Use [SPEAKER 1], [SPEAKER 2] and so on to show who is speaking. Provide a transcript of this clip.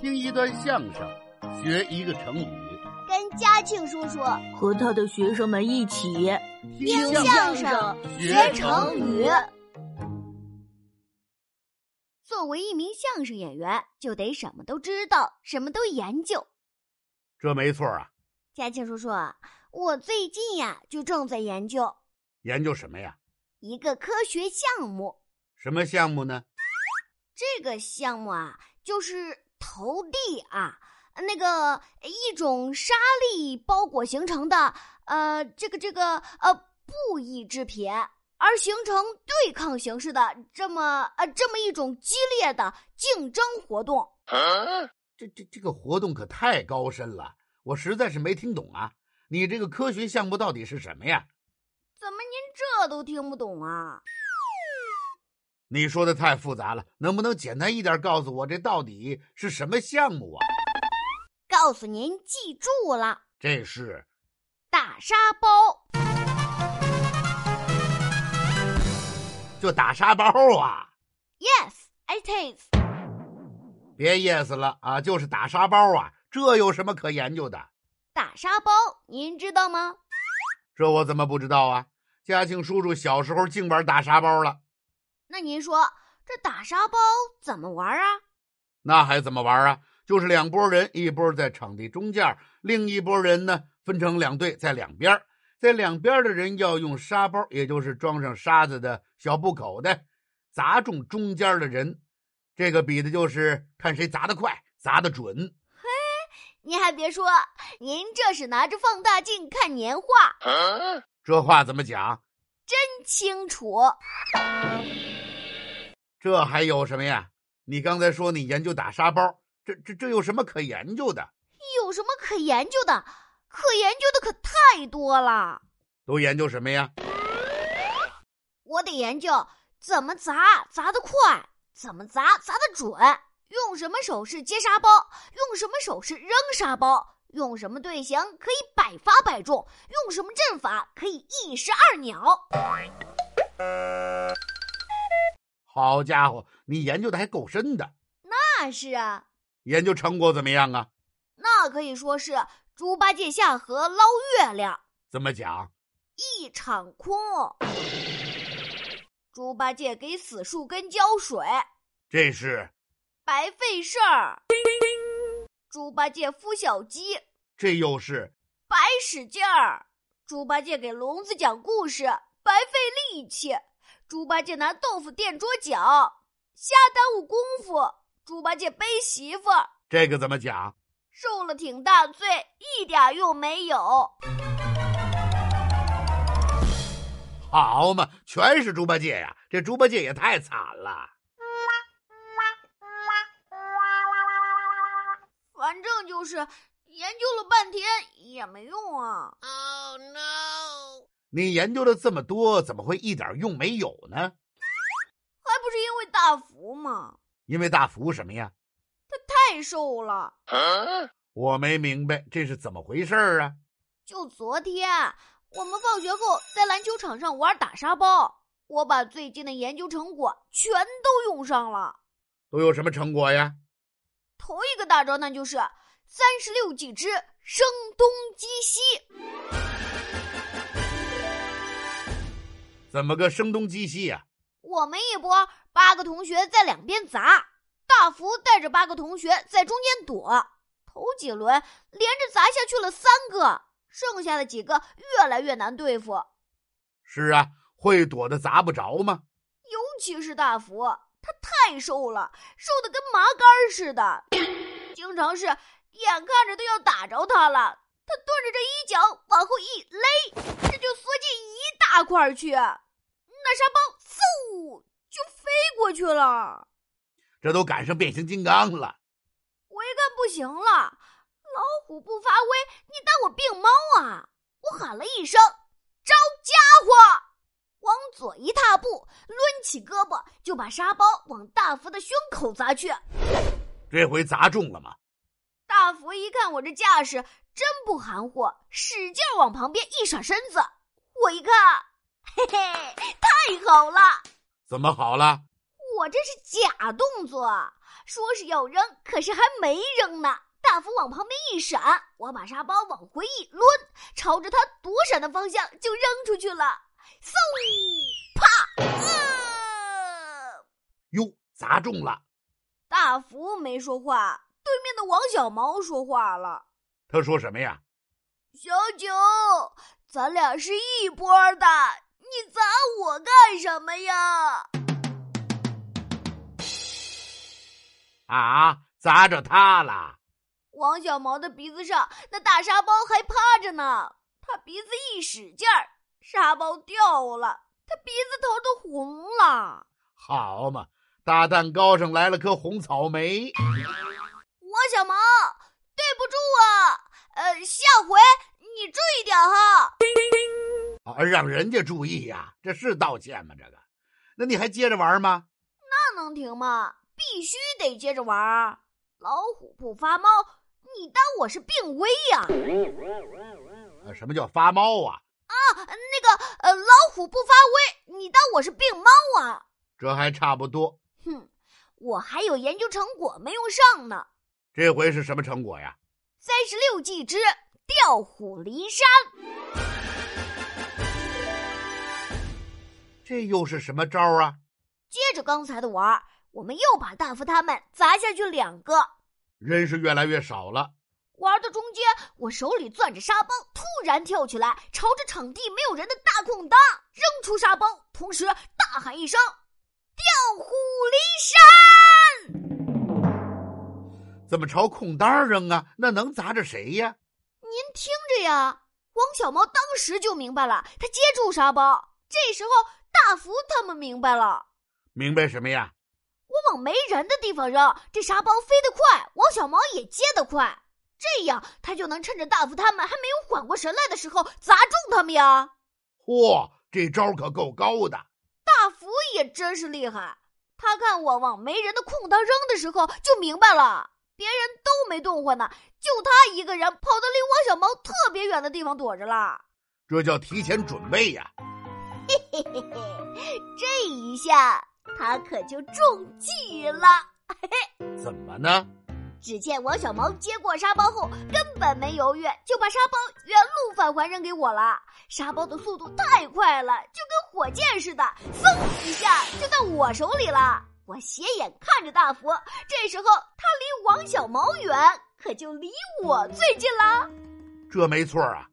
[SPEAKER 1] 听一段相声，学一个成语，
[SPEAKER 2] 跟嘉庆叔叔
[SPEAKER 3] 和他的学生们一起
[SPEAKER 1] 听
[SPEAKER 2] 相
[SPEAKER 1] 声
[SPEAKER 2] 声
[SPEAKER 1] 学成语。
[SPEAKER 2] 作为一名相声演员，就得什么都知道，什么都研究。
[SPEAKER 1] 这没错啊。
[SPEAKER 2] 嘉庆叔叔啊，我最近呀、就正在研究
[SPEAKER 1] 研究什么呀？
[SPEAKER 2] 一个科学项目。
[SPEAKER 1] 什么项目呢？
[SPEAKER 2] 这个项目啊，就是投递啊，那个一种沙粒包裹形成的，呃，这个这个呃布艺制品，而形成对抗形式的这么呃这么一种激烈的竞争活动。
[SPEAKER 1] 这这这个活动可太高深了，我实在是没听懂啊！你这个科学项目到底是什么呀？
[SPEAKER 2] 怎么您这都听不懂啊？
[SPEAKER 1] 你说的太复杂了，能不能简单一点告诉我这到底是什么项目啊？
[SPEAKER 2] 告诉您，记住了，
[SPEAKER 1] 这是
[SPEAKER 2] 大沙包。
[SPEAKER 1] 就打沙包啊！
[SPEAKER 2] Yes, it is。
[SPEAKER 1] 别 yes 了啊，就是打沙包啊，这有什么可研究的？
[SPEAKER 2] 大沙包，您知道吗？
[SPEAKER 1] 这我怎么不知道啊？嘉庆叔叔小时候净玩打沙包了，
[SPEAKER 2] 那您说这打沙包怎么玩啊？
[SPEAKER 1] 那还怎么玩啊？就是两拨人，一拨在场地中间，另一拨人呢分成两队在两边儿，在两边儿的人要用沙包，也就是装上沙子的小布口袋，砸中中间的人。这个比的就是看谁砸得快，砸得准。
[SPEAKER 2] 您还别说，您这是拿着放大镜看年画，
[SPEAKER 1] 这话怎么讲？
[SPEAKER 2] 真清楚。
[SPEAKER 1] 这还有什么呀？你刚才说你研究打沙包，这这这有什么可研究的？
[SPEAKER 2] 有什么可研究的？可研究的可太多了。
[SPEAKER 1] 都研究什么呀？
[SPEAKER 2] 我得研究怎么砸砸得快，怎么砸砸得准，用什么手势接沙包，用什么手势扔沙包，用什么队形可以百发百中，用什么阵法可以一石二鸟。
[SPEAKER 1] 好家伙，你研究的还够深的，
[SPEAKER 2] 那是啊。
[SPEAKER 1] 研究成果怎么样啊？
[SPEAKER 2] 那可以说是猪八戒下河捞月亮，
[SPEAKER 1] 怎么讲？
[SPEAKER 2] 一场空。猪八戒给死树根浇水，
[SPEAKER 1] 这是
[SPEAKER 2] 白费事儿。猪八戒孵小鸡，
[SPEAKER 1] 这又是
[SPEAKER 2] 白使劲儿。猪八戒给聋子讲故事，白费力气。猪八戒拿豆腐垫桌脚，瞎耽误功夫。猪八戒背媳妇儿，
[SPEAKER 1] 这个怎么讲？
[SPEAKER 2] 受了挺大罪，一点儿用没有。
[SPEAKER 1] 好嘛，全是猪八戒呀、这猪八戒也太惨了。
[SPEAKER 2] 反正就是研究了半天也没用啊。
[SPEAKER 1] 你研究了这么多，怎么会一点用没有呢？
[SPEAKER 2] 还不是因为大福嘛，
[SPEAKER 1] 因为大福什么呀？
[SPEAKER 2] 太瘦了。
[SPEAKER 1] 我没明白这是怎么回事儿啊？
[SPEAKER 2] 就昨天我们放学后在篮球场上玩打沙包，我把最近的研究成果全都用上了。
[SPEAKER 1] 都有什么成果呀？
[SPEAKER 2] 头一个大招那就是三十六计之声东击西，
[SPEAKER 1] 怎么个声东击西呀、
[SPEAKER 2] 我们一波八个同学在两边砸，大福带着八个同学在中间躲。头几轮连着砸下去了三个，剩下的几个越来越难对付，尤
[SPEAKER 1] 是啊，会躲的砸不着吗？
[SPEAKER 2] 其是大福，他太瘦了，瘦的跟麻杆儿似的，经常是眼看着都要打着他了，他端着这衣角往后一勒，这就缩进一大块儿去，那沙包嗖就飞过去了。
[SPEAKER 1] 这都赶上变形金刚了。
[SPEAKER 2] 我一看不行了，老虎不发威，你当我病猫啊！我喊了一声：“招家伙！”往左一踏步，抡起胳膊就把沙包往大福的胸口砸去。
[SPEAKER 1] 这回砸中了吗？
[SPEAKER 2] 大福一看我这架势，真不含糊，使劲往旁边一甩身子。我一看，嘿嘿，太好了！
[SPEAKER 1] 怎么好了？
[SPEAKER 2] 我这是假动作，说是要扔，可是还没扔呢。大福往旁边一闪，我把沙包往回一抡，朝着他躲闪的方向就扔出去了。嗖，啪！呃、
[SPEAKER 1] 哟，砸中了。
[SPEAKER 2] 大福没说话，对面的王小毛说话了
[SPEAKER 1] 他说什么呀？：“
[SPEAKER 2] 小九，咱俩是一波的，你砸我干什么呀？”
[SPEAKER 1] 啊，砸着他了。
[SPEAKER 2] 王小毛的鼻子上那大沙包还趴着呢，他鼻子一使劲儿，沙包掉了，他鼻子头都红了。
[SPEAKER 1] 好嘛，大蛋糕上来了颗红草莓。
[SPEAKER 2] 王小毛，对不住啊，呃，下回你注意点哈。
[SPEAKER 1] 啊，让人家注意呀、这是道歉吗？这个，那你还接着玩吗？
[SPEAKER 2] 那能停吗？必须得接着玩儿。老虎不发猫，你当我是病危呀、
[SPEAKER 1] 呃什么叫发猫啊？
[SPEAKER 2] 那个呃，老虎不发威，你当我是病猫啊？
[SPEAKER 1] 这还差不多。
[SPEAKER 2] 哼，我还有研究成果没用上呢。
[SPEAKER 1] 这回是什么成果呀？
[SPEAKER 2] 三十六计之调虎离山。
[SPEAKER 1] 这又是什么招儿啊？
[SPEAKER 2] 接着刚才的玩儿，我们又把大福他们砸下去两个。
[SPEAKER 1] 人是越来越少了。
[SPEAKER 2] 玩到中间，我手里攥着沙包，突然跳起来，朝着场地没有人的大空当扔出沙包，同时大喊一声：“调虎离山
[SPEAKER 1] 怎么朝空当儿扔啊？那能砸着谁呀？！”
[SPEAKER 2] 您听着呀，王小毛当时就明白了，他接住沙包。这时候，大福他们明白了。
[SPEAKER 1] 明白什么呀？
[SPEAKER 2] 我往没人的地方扔，这沙包飞得快，王小毛也接得快，这样他就能趁着大福他们还没有缓过神来的时候砸中他们呀。
[SPEAKER 1] 嚯，这招可够高的。
[SPEAKER 2] 大福也真是厉害，他看我往没人的空当扔的时候就明白了，别人都没动换呢，就他一个人跑得离王小毛特别远的地方躲着了。
[SPEAKER 1] 这叫提前准备呀。
[SPEAKER 2] 嘿嘿，这一下他可就中计了。
[SPEAKER 1] 怎么呢？
[SPEAKER 2] 只见王小毛接过沙包后，根本没犹豫，就把沙包原路返还扔给我了。沙包的速度太快了，就跟火箭似的，嗖一下就到我手里了。我斜眼看着大福，这时候他离王小毛远，可就离我最近啦。
[SPEAKER 1] 这没错儿啊。